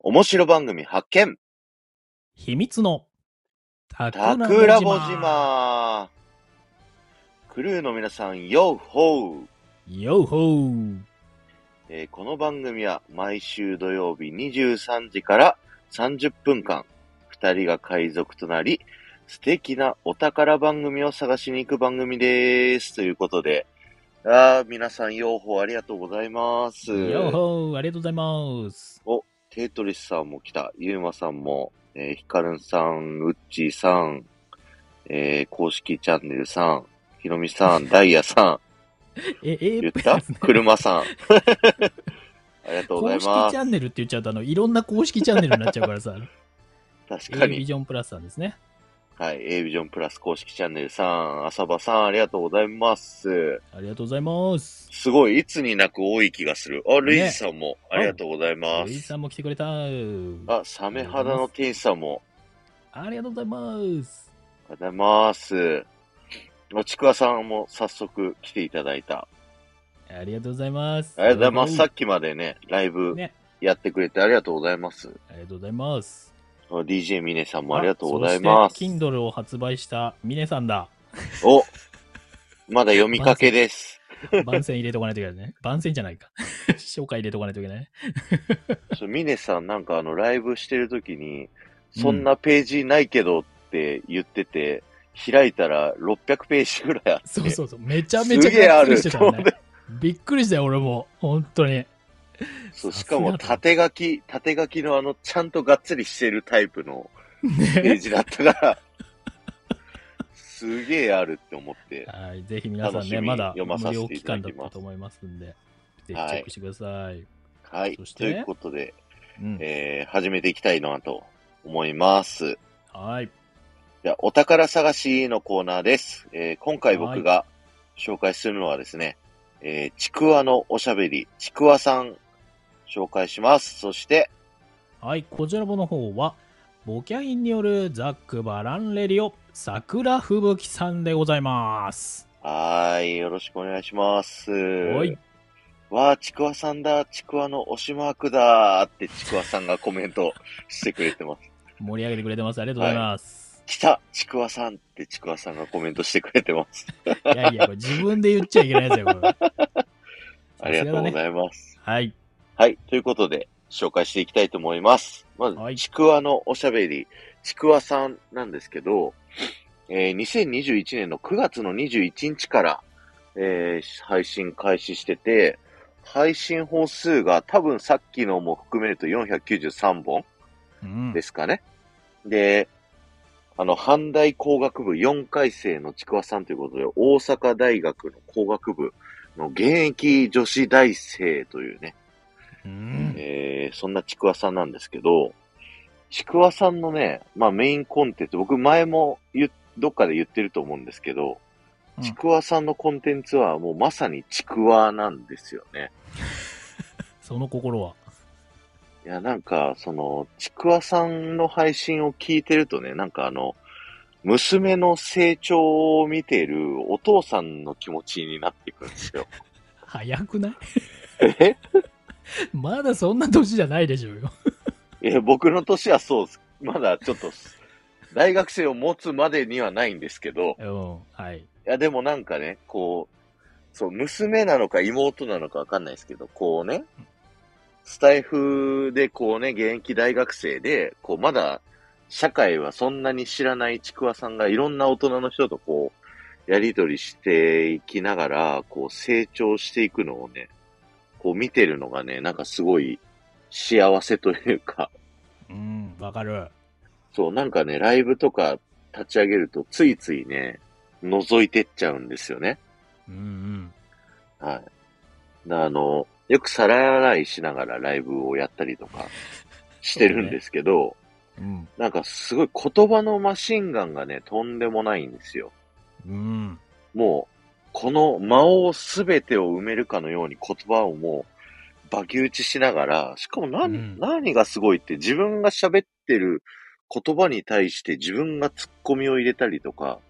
面白番組発見秘密のたタクラボ島クルーの皆さん、ヨッホー、ヨーホーえーこの番組は毎週土曜日23時から30分間、二人が海賊となり、素敵なお宝番組を探しに行く番組です。ということで、あー皆さん、ヨッホーありがとうございます。ヨーホーありがとうございます。テトリスさんも来た、ユーマさんも、えーヒカルンさん、ウッチーさん、えー公式チャンネルさん、ヒロミさ ん、ダイヤさん、え、え言ったですね車 さん。ありがとうござい公式まチす。ャンネルって言っちゃうと、あの、いろんな公式チャンネルになっちゃうからさ、 確か A ビに。ジョンプラスさんですね。はい。A ビジョンプラス公式チャンネルさん、浅場さん、ありがとうございます。ありがとうございます。すごい、いつになく多い気がする。あ、ルイジさんも、ありがとうございまルイすさ。んも来てくれた。ああ、サメ肌の天使さんも、りがとうございます。ありがとうございます。あちくわさんも早速来ていただいた。ありがとうございます。ありがとうございます。さヨーっきまでね、ライホーブね、やってくれてありがとうございます。ありがとうございます。あ DJ ミネさんもありがとうございます。キンドルを発売したミネさんだ。お、まだ読みかけです。番宣入れとかないといけないね。番宣じゃないか。 紹介入れとかないといけないね。そうミネさんなんかあのライブしてるときに、そんなページないけどって言ってて、開いたら600ページぐらいあって。そうそうそう。めちゃすめちゃげえがあっつりるしてたよね。びっくりしたよ、俺も。本当 に。そう、さしすがかも縦書き、縦書きのあの、ちゃんとがっつりしてるタイプ のペーね。ジだったから、すげえあるって思って。はい。ぜひ皆さん楽しみね、にまだ読まさ無せ料てい期ただ間きだますったと思いますんで、ぜひチはいェックしてください。はい。そしとていうことで、うん。えー始めていきたいなと思います。はい。じゃあ、お宝探しのコーナーです。えー今回僕が紹介するのはですね、えーちくわのおしゃべり、ちくわさん、紹介します。そして、はい、こちらの方は、ボキャインによるザックバランレディオ、桜吹雪さんでございます。はーい、よろしくお願いします。は。。はいわー、ちくわさんだ、ちくわの推しマークだーってちくわさんがコメントしてくれてます。盛り上げてくれてます。ありがとうございます。来た、ちくわさんってちくわさんがコメントしてくれてます。い、やいや、これ自分で言っちゃいけないやつよ、これ。 ありがとうございます。はい。はい。ということで、紹介していきたいと思います。まず、はいちくわのおしゃべり、ちくわさんなんですけど、えー2021年の9月の21日から、えー配信開始してて、配信本数が多分さっきのも含めると493本うんで。すかね。で、あの、阪大工学部4回生のちくわさんということで、大阪大学の工学部の現役女子大生というね、うん。えーそんなちくわさんなんですけど、ちくわさんのね、まあメインコンテンツ、僕前も言っどっかで言ってると思うんですけど、うんちくわさんのコンテンツはもうまさにちくわなんですよね。その心は。いや、なんか、その、ちくわさんの配信を聞いてるとね、なんかあの、娘の成長を見てるお父さんの気持ちになっていくんです よ。早くない えまだそんな年じゃないでしょうよ。え、僕の年はそうです。まだちょっと、大学生を持つまでにはないんですけど、うん。はい。いや、でもなんかね、こう、そう、娘なのか妹なのかわかんないですけど、こうね、スタイフでこうね、現役大学生で、こう、まだ、社会はそんなに知らないちくわさんがいろんな大人の人とこう、やりとりしていきながら、こう、成長していくのをね、こう見てるのがね、なんかすごい幸せというか、うん、わかる。そう、なんかね、ライブとか立ち上げるとついついね、覗いてっちゃうんですよね。うんはい。なあの、よく皿洗いしながらライブをやったりとかしてるんですけど、うん。うん。なんかすごい言葉のマシンガンがね、とんでもないんですよ。うん。もう、この間をすべてを埋めるかのように言葉をもう、バキ打ちしながら、しかも何、うん何がすごいって自分が喋ってる言葉に対して自分が突っ込みを入れたりとか、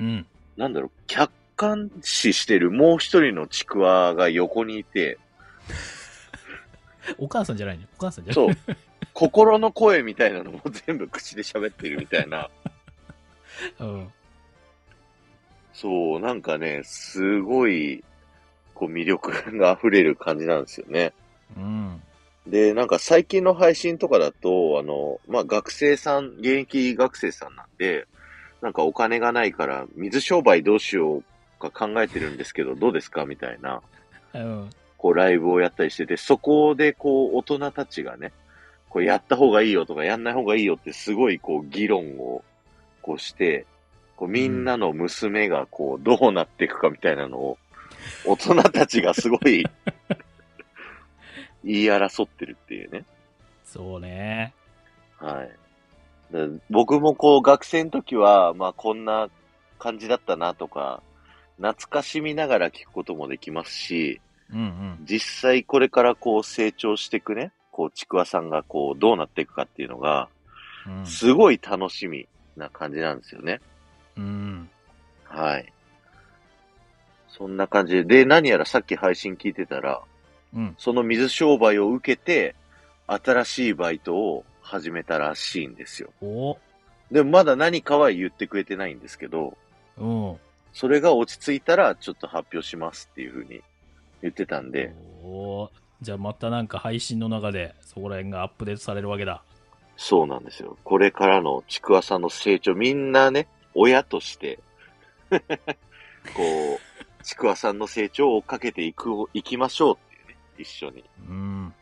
うん。なんだろう、客観視してるもう一人のちくわが横にいて、お母さんじゃないね。お母さんじゃない。そう。心の声みたいなのも全部口で喋ってるみたいな。うん。そう、なんかね、すごい、こう魅力が溢れる感じなんですよね。うん。で、なんか最近の配信とかだと、あの、まあ、学生さん、現役学生さんなんで、なんかお金がないから、水商売どうしようか考えてるんですけど、どうですかみたいな、うん。こうライブをやったりしてて、そこでこう大人たちがね、こうやった方がいいよとかやんない方がいいよってすごいこう議論をこうして、こうみんなの娘がこうどうなっていくかみたいなのを、大人たちがすご い言い争ってるっていうね。そうね。はい。だ僕もこう学生の時は、まあこんな感じだったなとか、懐かしみながら聞くこともできますし、うん実際これからこう成長していくね、こうちくわさんがこうどうなっていくかっていうのが、うん。うん。すごい楽しみな感じなんですよね。うん。はい。そんな感じで、で、何やらさっき配信聞いてたら、うん。その水商売を受けて、新しいバイトを始めたらしいんですよ。おでもまだ何かは言ってくれてないんですけど、うん。それが落ち着いたらちょっと発表しますっていうふうに言ってたんで、おーじゃあまたなんか配信の中でそこら辺がアップデートされるわけだ。そうなんですよ。これからのちくわさんの成長、みんなね、親として、 こう、ちくわさんの成長を追っかけていく、いきましょうっていうね、一緒に。うん。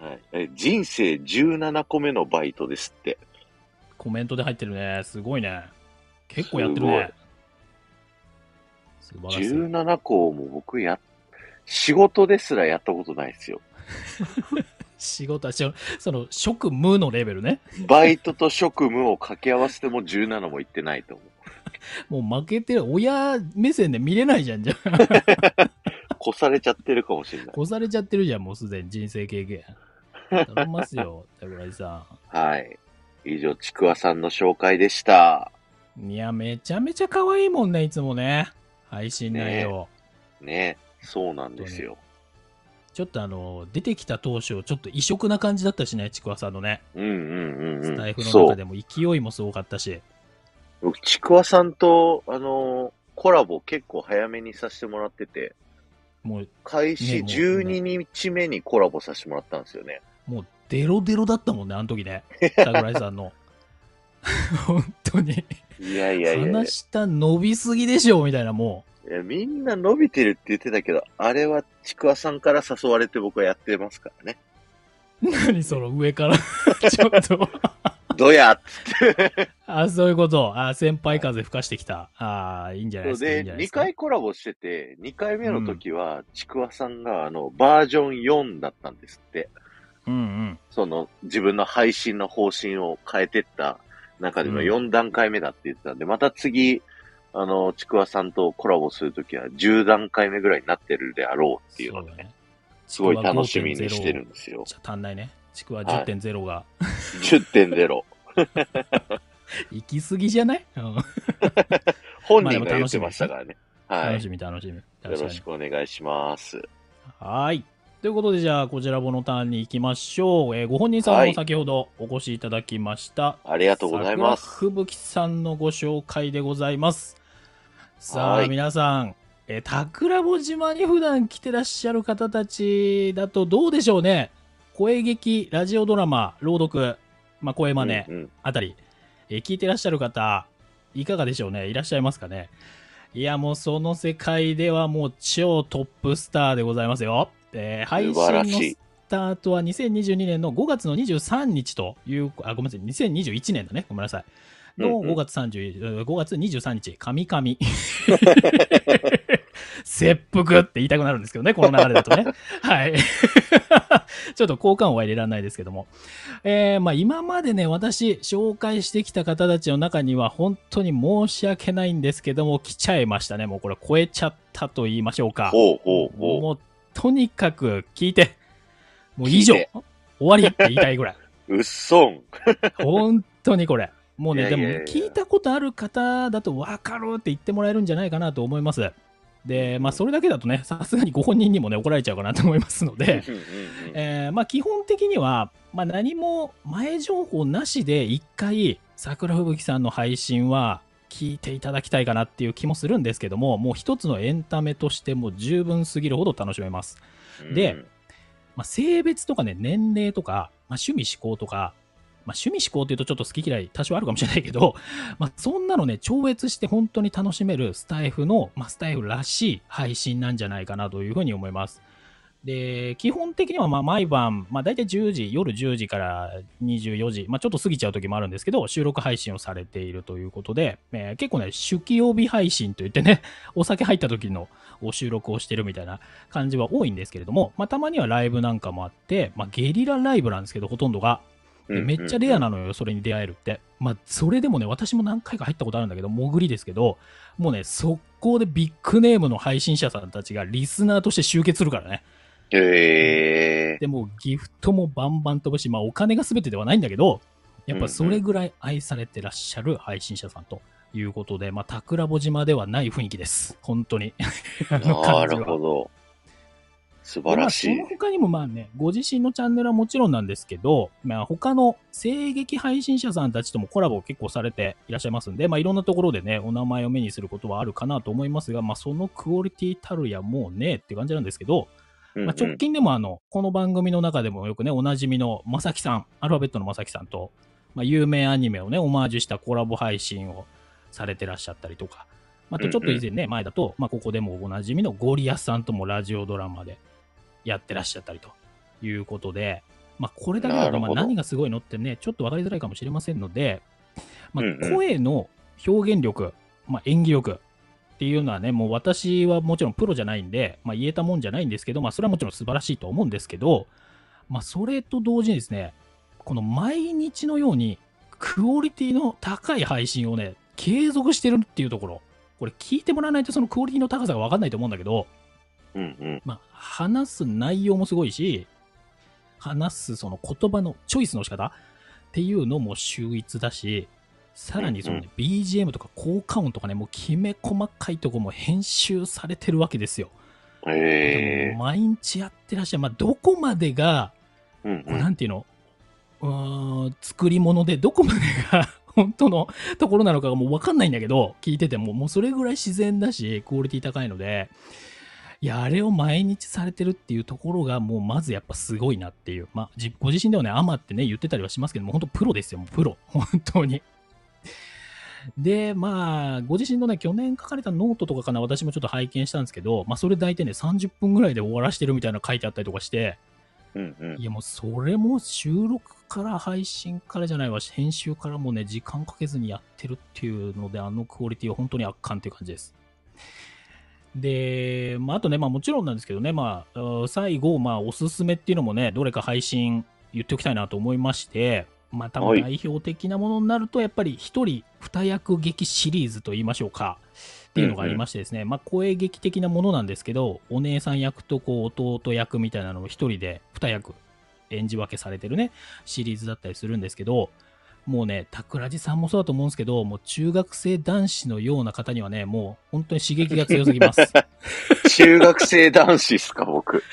はい、え人生17個目のバイトですって。コメントで入ってるね。すごいね。結構やってるね。素晴らしい。 17個も僕や、仕事ですらやったことないですよ。仕事はしょその職務のレベルね。バイトと職務を掛け合わせても17も行ってないと思う。もう負けてる。親目線で見れないじゃん、じゃあ。越されちゃってるかもしれない。越されちゃってるじゃん、もうすでに人生経験。頼みますよ、 桜井さはい。以上、ちくわさんの紹介でした。ん。いや、めちゃめちゃ可愛いもんね、いつもね。配信内容。ね。そうなんですよ。ちょっとあの、出てきた当初、ちょっと異色な感じだったしね、ちくわさんのね。うんうんうスんタうイん。フのそ中うで。も勢いもすごかったし。僕、ちくわさんと、あのーコラボ結構早めにさせてもらってて、もう、開始ねもう12日目にコラボさせてもらったんですよね。もうデロデロだったもんね、あの時ね。桜井さ んの。本当に。いやいやいやいや話した伸びすぎでしょ、みたいな、もいやみんな伸びてるって言ってたけど、あれはちくわさんから誘われて僕はやってますからね。う。何その上から。 ちょっと。どやっあ、そういうこと。あ、先輩風吹かしてきた。あいいんじゃないですか。いいで、んじゃないで2すか回コラボしてて、2回目の時は、ちくわさんが、あの、バージョン4だったんですって。うんうん。その、自分の配信の方針を変えてった中でのうん4段階目だって言ってたんで、また次、あの、ちくわさんとコラボするときは10段階目ぐらいになってるであろうっていうのでね、そだね。すごい楽しみにしてるんですよ。じゃ足んないね。ちくわはい10.0が、 10.0。行き過ぎじゃない、うん本人が言ってましたからね。は楽い。しみ楽しみ。よ確かろしに。くお願いします。はーい。ということで、じゃあ、こちらものターンに行きましょう。えーご本人さんはいも先ほどお越しいただきました。ありがとうございます。桜吹雪さんのご紹介でございます。さはあ、い皆さん、えー、桜穂島に普段来てらっしゃる方たちだとどうでしょうね。声劇、ラジオドラマ、朗読、まあ、声真似、うんうんあたり、えー聞いてらっしゃる方、いかがでしょうねいらっしゃいますかねいや、もうその世界ではもう超トップスターでございますよ。えー配素晴ら信しいのスタートは2022年の5月の23日という、あ、ごめんなさい、2021年だね。ごめんなさい。のうんうん5月30、えー5月23日、神々。 切腹って言いたくなるんですけどね、この流れだとね。はい。 ちょっと交換音は入れられないですけども。えーまあ今までね、私、紹介してきた方たちの中には、本当に申し訳ないんですけども、来ちゃいましたね。もうこれ超えちゃったと言いましょうか。ほうほうほもう、とにかく聞いて、もう以上聞いて、終わりって言いたいぐ らい。う。うっそん。本当にこれ。もうね、いやいでやもいや聞いたことある方だと分かるって言ってもらえるんじゃないかなと思います。で、まあ、それだけだとね、さすがにご本人にもね、怒られちゃうかなと思いますので、うんうんうんえーまあ、基本的には、まあ、何も前情報なしで一回桜吹雪さんの配信は聞いていただきたいかなっていう気もするんですけどももう一つのエンタメとしても十分すぎるほど楽しめます、でうんまあ、性別とかね年齢とか、まあ、趣味嗜好とか、まあ、趣味嗜好っていうとちょっと好き嫌い多少あるかもしれないけど、 まあ、そんなのね超越して本当に楽しめるスタイフの、まあ、スタイフらしい配信なんじゃないかなというふうに思いますで基本的にはまあ毎晩、まあ、大体10時、夜10時から24時、まあ、ちょっと過ぎちゃう時もあるんですけど、収録配信をされているということで、えー結構ね、酒気帯び配信といってね、お酒入った時のお収録をしてるみたいな感じは多いんですけれども、まあ、たまにはライブなんかもあって、まあ、ゲリラライブなんですけど、ほとんどが。でめっちゃレアなのよ、それに出会えるって。まあ、それでもね、私も何回か入ったことあるんだけど、潜りですけど、もうね、速攻でビッグネームの配信者さんたちがリスナーとして集結するからね。へえでもうギフトもバンバン飛ぶし、まあ、お金が全てではないんだけど、やっぱそれぐらい愛されてらっしゃる配信者さんということで、まあ、桜穂島ではない雰囲気です。本当に。 あの感じはなるほど。素晴らしでいまあ、。その他にもまあね、ご自身のチャンネルはもちろんなんですけど、まあ、他の声劇配信者さんたちともコラボを結構されていらっしゃいますんで、まあ、いろんなところでね、お名前を目にすることはあるかなと思いますが、まあ、そのクオリティたるやもうねえって感じなんですけど、まあ、うんうん直近でもあの、この番組の中でもよくね、おなじみのまさきさん、アルファベットのまさきさんと、まあ、有名アニメをね、オマージュしたコラボ配信をされてらっしゃったりとか、まああとちょっと以前ね、前だと、まあ、ここでもおなじみのゴリアスさんともラジオドラマでやってらっしゃったりということで、まあ、これだけだなるとまあほど何がすごいのってね、ちょっと分かりづらいかもしれませんので、まうんうあ、ん声の表現力、まあ、演技力っていうのはね、もう私はもちろんプロじゃないんで、まあ、言えたもんじゃないんですけど、まあ、それはもちろん素晴らしいと思うんですけど、まあ、それと同時にですね、この毎日のようにクオリティの高い配信をね、継続してるっていうところ、これ聞いてもらわないとそのクオリティの高さが分かんないと思うんだけど、うんうん。まあ、話す内容もすごいし、話すその言葉のチョイスの仕方っていうのも秀逸だし、さらにその、ね BGM とか効果音とかね、もうきめ細かいとこも編集されてるわけですよ。でへえも毎日やってらっしゃる。まあ、どこまでが、うんこう。うなんんていうの、うーん、作り物でどこまでが本当のところなのかがもう分かんないんだけど、聞いてても、もうそれぐらい自然だし、クオリティ高いので、いや、あれを毎日されてるっていうところが、もうまずやっぱすごいなっていう。まあ、じご自身ではね、アマってね、言ってたりはしますけども、本当プロですよ、もうプロ。本当に。で、まあ、ご自身のね、去年書かれたノートとかかな、私もちょっと拝見したんですけど、まあ、それ大体ね、30分ぐらいで終わらしてるみたいなの書いてあったりとかして、うんうんいやもうそれも収録から配信からじゃないわ、編集からもね、時間かけずにやってるっていうので、あのクオリティは本当に圧巻っていう感じです。で、まあ、あとね、まあもちろんなんですけどね、まあ、うん最後、まあおすすめっていうのもね、どれか配信言っておきたいなと思いまして、まあ多は分い代表的なものになると、やっぱり一人二役劇シリーズと言いましょうか。っていうのがありましてですね、まあ、声劇的なものなんですけど、お姉さん役とこう弟役みたいなのを一人で二役演じ分けされてるね、シリーズだったりするんですけど、もうね、桜地さんもそうだと思うんですけど、もう中学生男子のような方にはね、もう本当に刺激が強すぎ ます。中学生男子っすか、僕。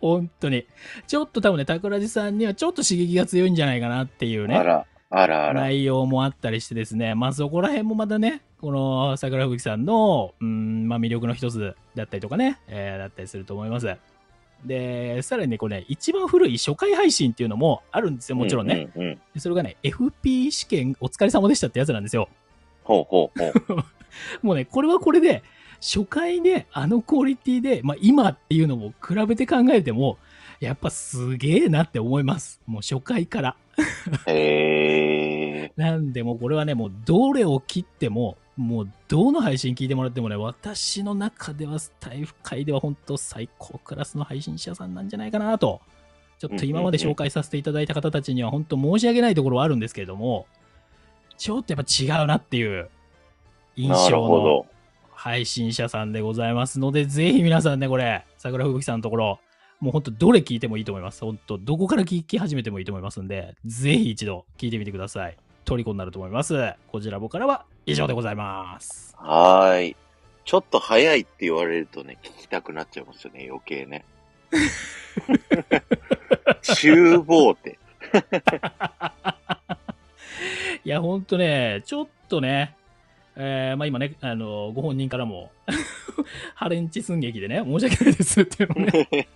本当に。ちょっと多分ね、桜地さんにはちょっと刺激が強いんじゃないかなっていうね。あら、あらあら。内容もあったりしてですね、まあそこら辺もまたね、この桜吹雪さんの、うん、まあ魅力の一つだったりとかね、えーだったりすると思います。で、さらにね、これね、一番古い初回配信っていうのもあるんですよ、もちろんね。うんうんうん。でそれがね、FP 試験お疲れ様でしたってやつなんですよ。ほうほう ほう。もうね、これはこれで、初回であのクオリティで、まあ今っていうのも比べて考えても、やっぱすげえなって思います。もう初回から。へえなんでもうこれはね、もうどれを切っても、もうどの配信聞いてもらってもね、私の中ではスタイフ界では本当最高クラスの配信者さんなんじゃないかなと、ちょっと今まで紹介させていただいた方たちには本当申し訳ないところはあるんですけれども、ちょっとやっぱ違うなっていう印なる象ほのど。配信者さんでございますので、ぜひ皆さんね、これ、桜吹雪さんのところ、もう本当どれ聞いてもいいと思います。本当どこから聞き始めてもいいと思いますんで、ぜひ一度聞いてみてください。虜になると思います。こちら僕からは以上でございます。 はーい。ちょっと早いって言われるとね、聞きたくなっちゃいますよね、余計ね。厨房って。いや、ほんとね、ちょっとね、えーまあ今ね、あの、ご本人からも、 ハレンチ寸劇でね、申し訳ないですっていうのも ね、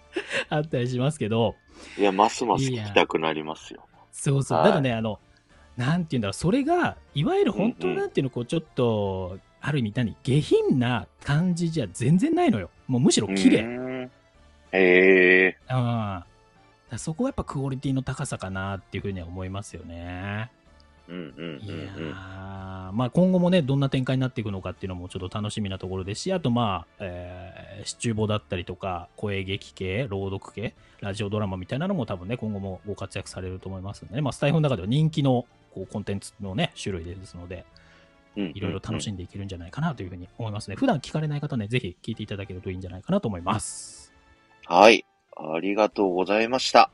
あったりしますけど、いや、ますます聞きたくなりますよ。そうそう。はいただね、あの、なんていうんだろう、それが、いわゆる本当うんうんなんていうの、こう、ちょっと、ある意味、何、下品な感じじゃ全然ないのよ。もうむしろ綺麗。うん。麗。へえだからそこはやっぱクオリティの高さかなっていうふうには思いますよね。うんうんいやうーんうん。まあ今後もね、どんな展開になっていくのかっていうのもちょっと楽しみなところですし、あとまあ、えー、シチューボだったりとか、声劇系、朗読系、ラジオドラマみたいなのも多分ね、今後もご活躍されると思いますんでね、まあスタイフの中では人気のこうコンテンツのね、種類ですので、うんいろいろ楽しい。んでいけるんじゃないかなというふうに思いますね。普段聞かれない方ね、ぜひ聞いていただけるといいんじゃないかなと思います。はい。ありがとうございました。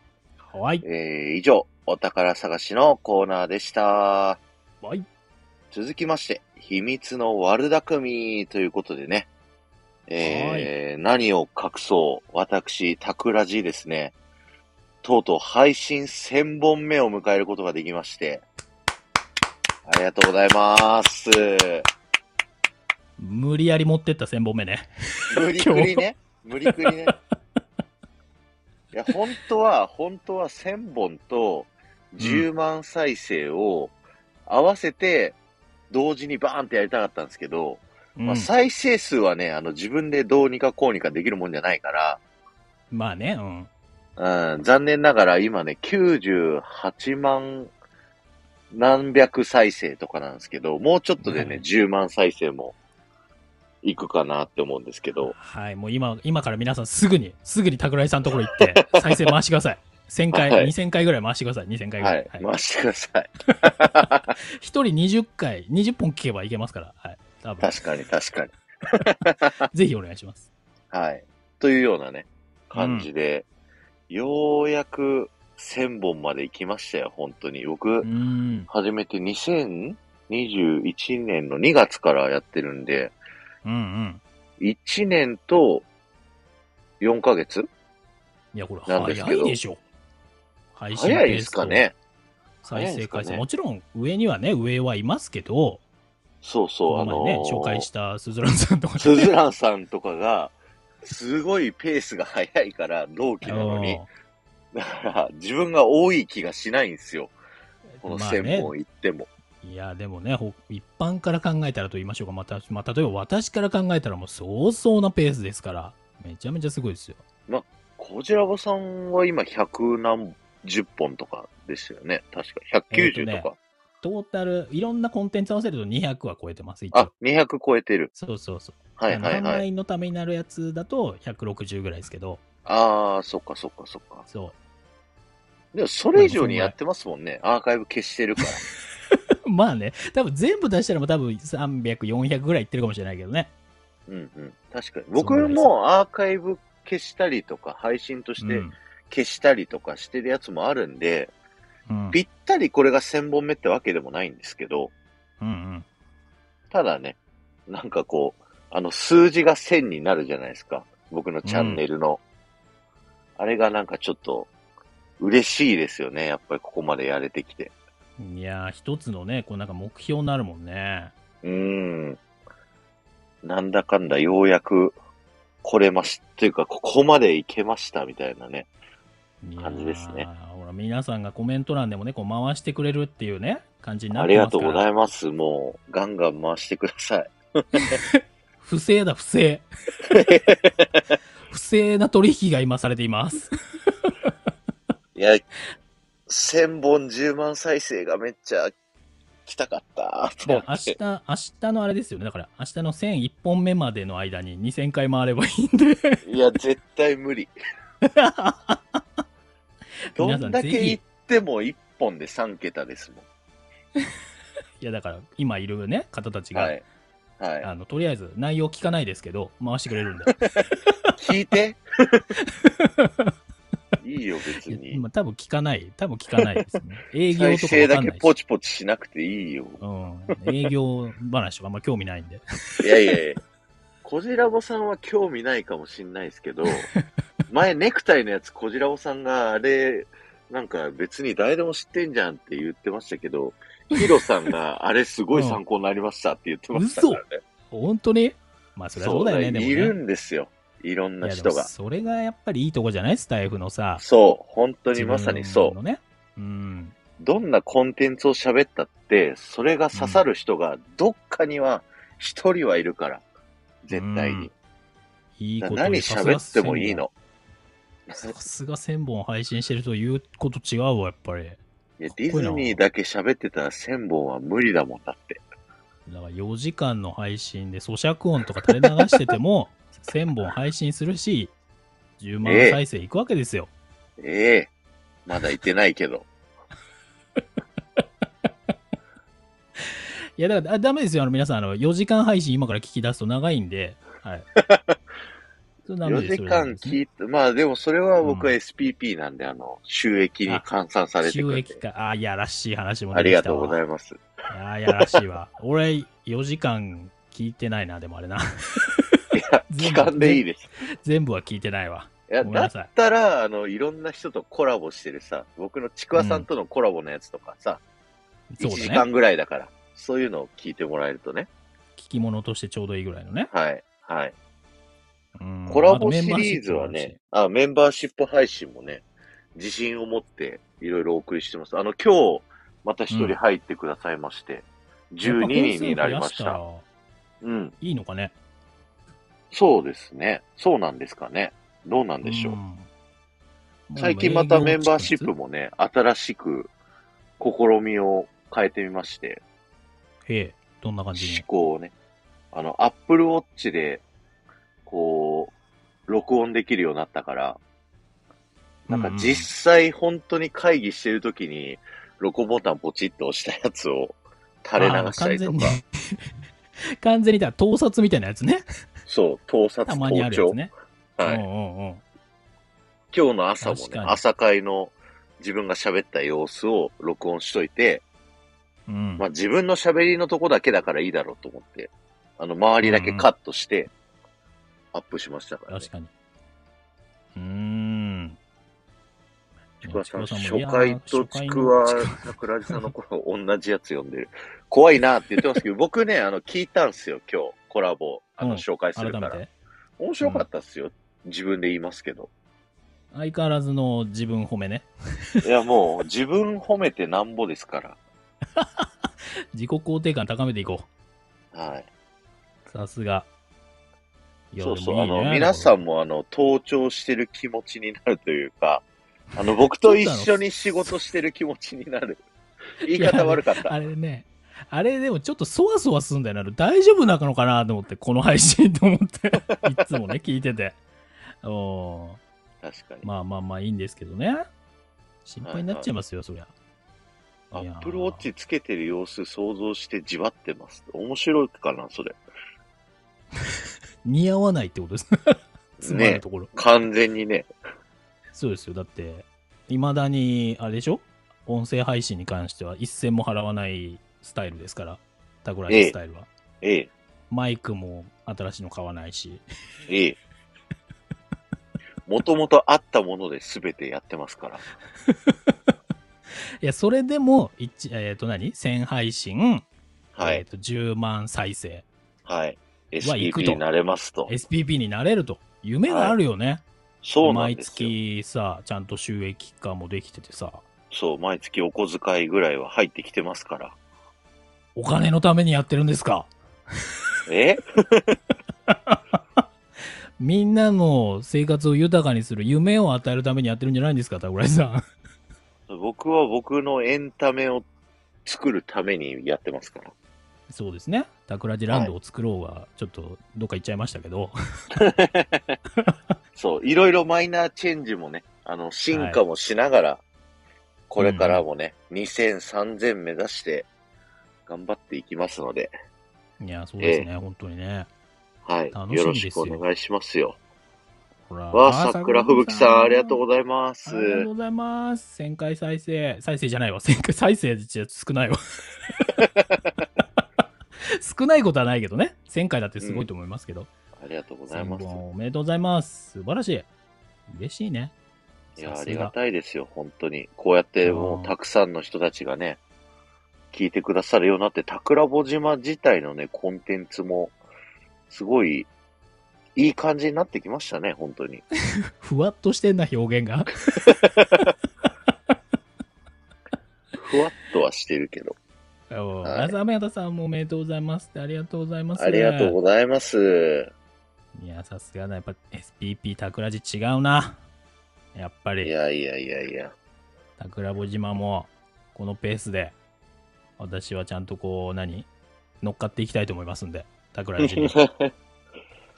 はいえ、ー、以上、お宝探しのコーナーでした。バイ。続続きまして、秘密の悪巧みということでね。えー、何を隠そう。私、タクラジですね。とうとう配信1000本目を迎えることができまして。ありがとうございます。無理やり持ってった1000本目ね。無理くりね。無理くりね。いや、本当は、本当は1000本と10万再生を合わせて、同時にバーンってやりたかったんですけど、うんまあ、再生数はね、あの自分でどうにかこうにかできるもんじゃないかまあね、うん。ら、うん、残念ながら今ね、98万何百再生とかなんですけど、もうちょっとでね、うん10万再生もいくかなって思うんですけど、はい、もう今、今から皆さんすぐに、すぐに桜井さんのところ行って、再生回してください。1000回、はい2000回ぐらい回してください。2000回ぐはらいい。、回してください。 1人20回、20本聞けばいけますから、はい。多分確かに、確かに。ぜひお願いします。はい。というようなね、感じで、ようやく1000本まで行きましたよ、本当に。僕、うーん。初めて2021年の2月からやってるんで、うんうん。 1年と4ヶ月いや、これ、なんですけ早どいでしょ。配信早いですかねペースと再生回早い数、ですかねもちろん上にはね、上はいますけど、そうこそう、あの前のね、紹介したスズランさんとかすずらんさんとかが、すごいペースが早いから、同期なのに。だから、自分が多い気がしないんですよ。このまあね1000本行っても。いや、でもね、ほ一般から考えたらと言いましょうか、また、まあ、例えば私から考えたらもうそうそうなペースですから、めちゃめちゃすごいですよ。こちらごさんは今100何十本とかですよね。確か。190とか。トータル、いろんなコンテンツ合わせると200は超えてます、一あ応。、 200超えてる。そうそうそう。はいはいあの販はい。売のためになるやつだと160ぐらいですけど、ああ、そっかそっかそっか。そでも、それ以上にやってますもんね。アーカイブ消してるから。 う。 まあね、多分全部出したらもう多分300、400ぐらいいってるかもしれないけどね。うんうん。確かに。そ僕んぐらいですもアーカイブ消したりとか、配信としうてん消したりとかしてるやつもあるんで、うんぴったりこれが1000本目ってわけでもないんですけど、うんうん。ただね、なんかこう、あの数字が1000になるじゃないですか。僕のチャンネルの。あれがなんかちょっと嬉しいですよね。やっぱりここまでやれてきて。いやー、一つのね、こうなんか目標になるもんね。うーん。なんだかんだようやく来れまし、というかここまで行けましたみたいなね。いやー感じですね。ほら、皆さんがコメント欄でもね、こう回してくれるっていうね、感じになあっりてがますとかうら。ございます。もうガンガン回してください。不正だ、不正。 不正な取引が今されています。いや、1000本10万再生がめっちゃ来たかった。と 明思って日、明日のあれですよね。だから、明日の1001本目までの間に2000回回ればいいんで。 いや、絶対無理。どんだけ行っても1本で3桁ですもいや、だから、今いるね、方たちん。が、はい。はあの、とりあえず内容聞かないですけど、回してくれるんで。い。聞いていいよ、別いやに。まあ多分聞かない。多分聞かないですね。営業再とかわ生かだんけないしポチポチしなくていいよ。うん。営業話はあんま興味ないんで。いやいやいや。こじらぼさんは興味ないかもしんないですけど、前ネクタイのやつ、こじらおさんがあれ、なんか別に誰でも知ってんじゃんって言ってましたけど、ヒロさんがあれすごい参考になりましたって言ってましたからね。本当にまあ、それはそうだよね、でもね。いるんですよ。いろんいやなでも人が。それがやっぱりいいとこじゃないスタイフのさ。そう、本当にまさにそう自分。のね。うん。どんなコンテンツを喋ったって、それが刺さる人がどっかには一人はいるから。絶対に。いいだこかとら何に喋ってもいいの。さすが1000本配信してると言うこと違うわ、やっぱり。いやかっこデいいなィズニーだけ喋ってたら1000本は無理だもんだって。だから4時間の配信で咀嚼音とか垂れ流してても、1000本 配信するし、10万ええ再生いくわけですよ。ええまだいてないけ ど。いや、だから、あダメですよ、あの皆さん、あの4時間配信今から聞き出すと長いんで、 はい。それダメ4です時間聞いて、まあでもそれは僕は SPP なんで、あの、収益に換算されてく収るんで。益か。ああ、いやらしい話もありがとうごますざいます。いやーやらしいわ。俺、4時間聞いてないな、でもあれな。 期間でいいです。全部は聞いてないわ。いや、ごめんだなっさい。たら、あの、いろんな人とコラボしてるさ、僕のちくわさんとのコラボのやつとかさ、1そう時だね。間ぐらいだから、そういうのを聞いてもらえるとね。聞き物としてちょうどいいぐらいのね。はい。はい。うんコラボシリーズはね、。あメンバーシップ配信もね、自信を持っていろいろお送りしてます。あの、今日、また一人入ってくださいまして、12人になりまし。あとメンバーシップもあるやっぱ本数増やた。らうん。いいのかね。そうですね。そうなんですかね。どうなんでしょう。うん最近またメンバーシップ。もね、新しく試みを変えてみまして、へえ、どんな感じ思に。考をね、あの、Apple Watch で、こう、録音できるようになったから、なんか実際本当に会議してる時に、録音ボタンポチッと押したやつを垂れ流したりとか、あー完全に完全にだ、盗撮みたいなやつね。そう、盗撮、たまに盗あるや聴つ。ね。はうんい。うんうん。今日の朝も確ねか、に朝会の自分が喋った様子を録音しといて、うんまあ、自分の喋りのとこだけだからいいだろうと思って、あの、周りだけカットして、アップしましたから、ね確。かに。うーん。ちくわさん、ちくわ初もいや回と初回ちのく わ、桜地さんの頃、同じやつ読んでる。怖いなって言って ますけど、僕ね、あの、聞いたんすよ、今日、コラボ、あうんの、紹介す改るかめら。て。面白かったっすよ、自分で言いますけど。相変わらずの自分褒めね。いや、もう、自分褒めてなんぼですから。自己肯定感高めていこはい。う。さすが。いやそうそう、であもいいねの、皆さんも、あの、盗聴してる気持ちになるという か、あの、僕と一緒に仕事してる気持ちになる。言い方悪かっあた。れね、あれでもちょっとそわそわすんだよな。大丈夫なのかなと思って、この配信と思って。 いつもね、聞いてて。おー確かに。まあまあまあいいんですけどね。心配になっちゃいますよ、そりゃ。アいやーップルウォッチつけてる様子想像してじわってます。面白いかな、それ。似合わないってことです。つまるところ。完全にね。そうですよ。だって、いまだに、あれでしょ音声配信に関しては一銭も払わないスタイルですから、タグラインスタイルは。ええ、マイクも新しいの買わないし。え え。もともとあったもので全てやってますから。いや、それでも、一えっ、と何 ?1000 配信、はえっい。と10万再生、はい。は行く SPP とになれますと。 SPP になれると。夢があるよね。そうなん毎ですよ。月さ、ちゃんと収益化もできててさ、そう、毎月お小遣いぐらいは入ってきてますから。お金のためにやってるんですかえみんなの生活を豊かにする夢を与えるためにやってるんじゃないんですか、タグラインさん。僕は僕のエンタメを作るためにやってますから。そうですね。タクラジランドを作ろうが、ちょっとどっか行っちゃいましたけど、そう、いろいろマイナーチェンジもね、あの、進化もしながら、これからもね、2000、3000目指して、頑張っていきますので、いや、そうですね、本当にね。はい楽しみ。よろしくおですよ願いしますよ。ほらわあ、桜吹雪さん、ありがとうございざいますあ。りがとうございます。1000回再生、再生じゃないわ、1000回再生じゃ 少ないわ。少ないことはないけどね、1000回だってすごいと思いますけど。ありがとうござい千ます。本おめでとうございます。素晴らしい。嬉しいね。いや、さあすりがたいですよ、本当に。こうやってもうたくさんの人たちがね、聞いてくださるようになって、桜穂島自体のね、コンテンツも、すごい、いい感じになってきましたね、本当に。ふわっとしてんな、表 現が。ふわっとはしてるけど。おはいー雨田さんもおめでとうございますって、ありがとうございます。ありがとうございます。いや、さすがだ。やっぱ SPP 桜地違うな。やっぱいり、やいやいやい や。桜穂島も、このペースで、私はちゃんとこう、何乗っかっていきたいと思いますんで、桜地 に。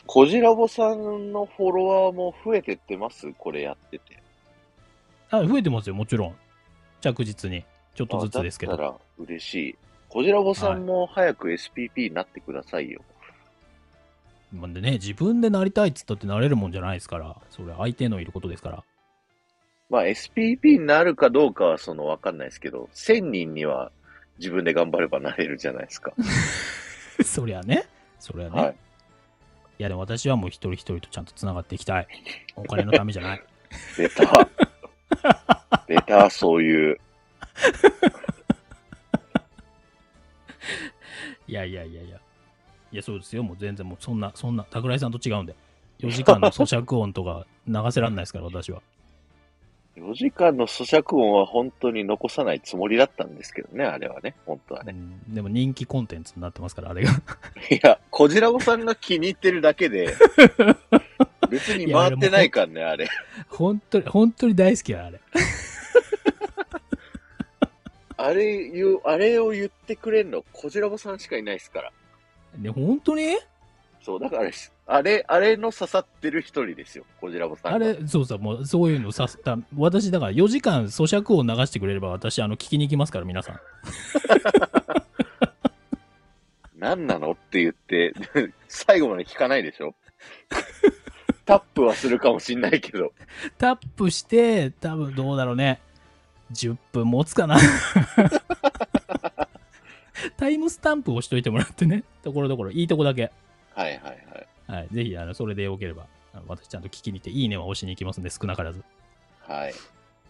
こじらぼさんのフォロワーも増えてってますこれやってて。あ、増えてますよ、もちろん。着実に。ちょっとずあつですけだったど。ら嬉しい。こじらぼさんも早く SPP になってくださいよ。なんでね、自分でなりたいっつったってなれるもんじゃないですから、それ相手のいることですから。 まあ SPP になるかどうかはそのわかんないですけど、1000人には自分で頑張ればなれるじゃないですか。そりゃね、そりゃね。はいい、や、でも私はもう一人一人とちゃんとつながっていきたい。お金のためじゃない。出 た。出た、そういう。いやいやいやいや。いや、そうですよ。もう全然もうそんな、そんな、桜井さんと違うんで。4時間の咀嚼音とか流せらんないですから、私は。 4時間の咀嚼音は本当に残さないつもりだったんですけどね、あれはね、本当はね。うんでも人気コンテンツになってますから、あれが。 いや、こじらぼさんが気に入ってるだけで、別に回ってないからね、あれ。本当に、本当に大好きや、あれ。あれ言う、あれを言ってくれるの、こじらぼさんしかいないですから。ね、本当にそう、だからです、あれ、あれの刺さってる一人ですよ、こじらぼさんが。あれ、そうさ、もうそういうのさせた、私だから4時間咀嚼音流してくれれば、私、あの、聞きに行きますから、皆さん。何なのって言って、 最後まで聞かないでしょタップはするかもしんないけど。タップして、多分どうだろうね。10分持つかな。タイムスタンプ押しといてもらってね。ところどころ、いいとこだけ。はいはいはい。はい。ぜひ、あの、それでよければ、あの私ちゃんと聞きに行って、いいねは押しに行きますんで、少なからず。はい。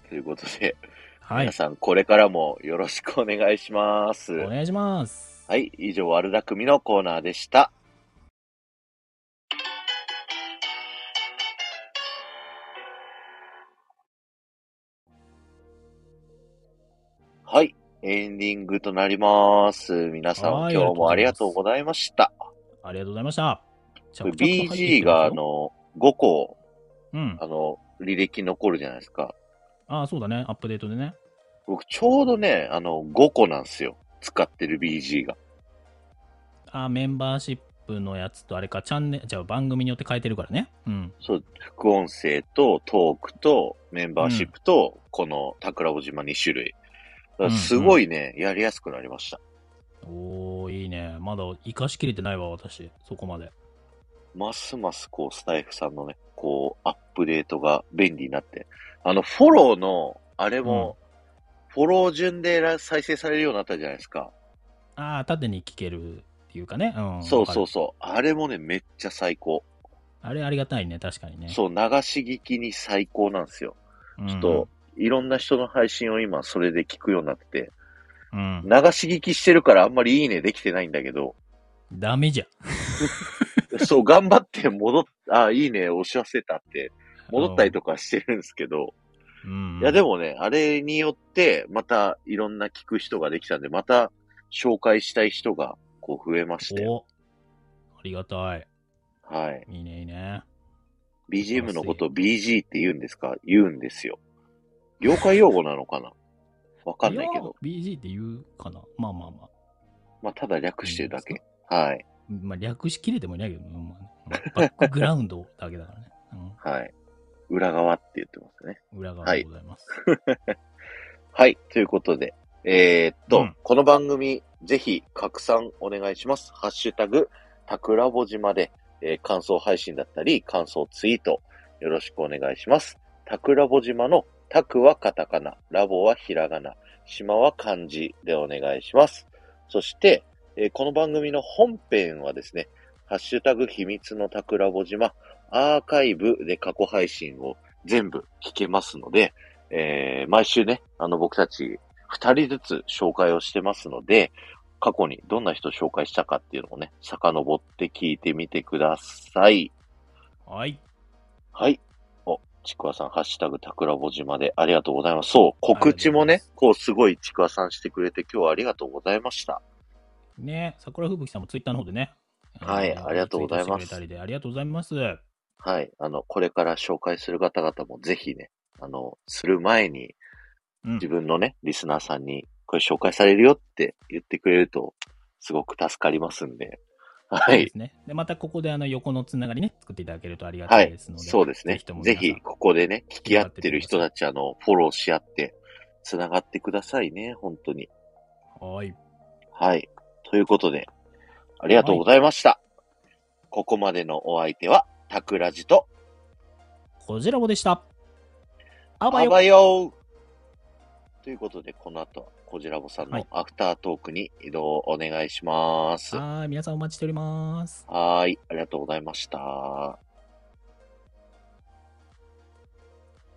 ということで、はい皆。さんこれからもよろしくお願いします。お願いします。はい、以上、悪巧みのコーナーでした。はい、エンディングとなります。皆さん、はい今日もありがとうございました。ありがとうございました。着々と入ってきて BG まが、すあよの、5個、うんあ。の、履歴残るじゃないですか。ああ、そうだね。アップデートでね。僕、ちょうどね、あの、5個なんですよ。使ってる BG が。ああ、メンバーシップのやつと、あれか、チャンネル、じゃあ番組によって変えてるからね。うん。そう、副音声とトークとメンバーシップと、この桜穂島2種類。だからすごいね、やりやすくなりました。おー、いいね。まだ活かしきれてないわ、私。そこまで。ますますこう、スタイフさんのね、こう、アップデートが便利になって。あの、フォローの、あれも、フォロー順でら再生されるようになったじゃないですか。ああ、縦に聞けるっていうかね。うん。そうそうわかそう。あれもね、めっちゃ最高。るあれありがたいね、確かにね。そう、流し聞きに最高なんですよ。うん。ちょっと、いろんな人の配信を今、それで聞くようになってて。うん。流し聞きしてるからあんまりいいねできてないんだけ ど、ダメじゃん。そう、頑張って戻っ、あ、いいね押し忘れたって、戻ったりとかしてるんですけど、うん。いやでも。もね、あれによって、またいろんな聞く人ができたんで、また紹介したい人が、こう増えまして、おありがたい。はい。いいね、いいね。 BGM のことを BG って言うんですか言うんですよ。業界用語なのかなわかんないけど。や。BG って言うかな。まあまあまあ。まあ、ただ略してるだけ。はい。まあ、略しきれてもいないけど、うんまあねうんバックグラウンドだけだからね。はい。裏側って言ってますね。うん、裏側でございます。はい。ということで、えーっと、うんこの番組、ぜひ拡散お願いします。ハッシュタグ、たくらぼ島で、えー感想配信だったり、感想ツイート、よろしくお願いします。たくらぼ島の、たくはカタカナ、ラボはひらがな、島は漢字でお願いします。そして、えーこの番組の本編はですね、ハッシュタグ秘密のたくらぼ島、アーカイブで過去配信を全部聞けますので、えー毎週ね、あの僕たち二人ずつ紹介をしてますので、過去にどんな人紹介したかっていうのをね、遡って聞いてみてください。はい。はい。お、ちくわさん、ハッシュタグ、たくらぼ島でありがとうございます。そう、告知もありねがと、こう、すごいちくわさんしてくれて、今日はありがとうございました。ね、桜吹雪さんもツイッターの方でね。はいのありがとうございますツイートしてくれたりでありがとうございます。ははい。あの、これから紹介する方々もぜひね、あの、する前に、うん自分のね、リスナーさんに、これ紹介されるよって言ってくれると、すごく助かりますんで。はでい。すね。で、またここであの横のつながりね、作っていただけるとありがはたいいですの。で。そうですねと。もぜ皆さんひ、ここでね、聞き合ってる人たち、あの、フォローし合って、つながってくださいね、本当に。はい。はい。ということで、ありがとうございました。ここまでのお相手は、タクラジと、こじらぼでした。あばあよ。ばよということで、この後は、こじらぼさんのはいアフタートークに移動をお願いします。ははい、皆さんお待ちしております。ーい、ありがとうございました。